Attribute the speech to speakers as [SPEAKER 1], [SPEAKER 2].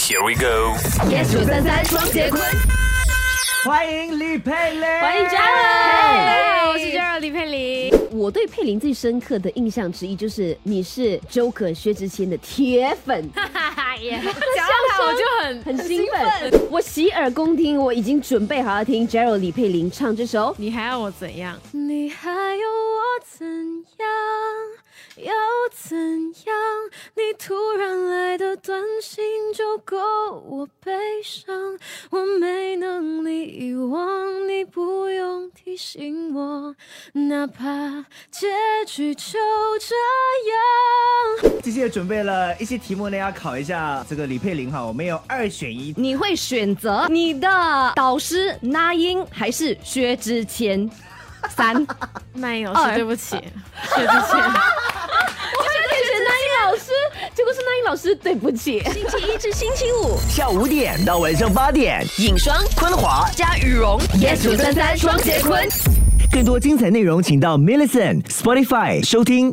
[SPEAKER 1] Here we go，
[SPEAKER 2] yes 九三三双节棍，
[SPEAKER 3] 欢迎李佩蕾，
[SPEAKER 2] 欢迎
[SPEAKER 4] Hello，
[SPEAKER 2] Jaren，
[SPEAKER 4] 我是 j e r 李佩玲。
[SPEAKER 2] 我对佩林最深刻的印象之一就是你是 Joker 薛之谦的铁 粉，
[SPEAKER 4] 讲到我就很
[SPEAKER 2] 很兴奋。我洗耳恭听，我已经准备好要听 j e r o 李佩玲唱这首。
[SPEAKER 4] 你还要我怎样？
[SPEAKER 5] 你还要我怎样？要怎样？你突然来的短信就够我悲伤，我没能力遗忘，你不用提醒我，哪怕结局就这样。
[SPEAKER 3] 这些准备了一些题目呢，要考一下这个李佩玲哈，我们有二选一。
[SPEAKER 6] 你会选择你的导师那英还是薛之谦？ 三，
[SPEAKER 4] 慢影老
[SPEAKER 6] 二
[SPEAKER 4] 师，对不起，薛之谦。
[SPEAKER 2] 是那英老师，结果是那英老师，对不起。
[SPEAKER 6] 星期一至星期五，
[SPEAKER 3] 下午五点到晚上八点，
[SPEAKER 6] 影霜、
[SPEAKER 3] 昆华。
[SPEAKER 6] 加羽绒。
[SPEAKER 2] yes 九三三双节棍。
[SPEAKER 3] 更多精彩内容，请到 Millison Spotify 收听。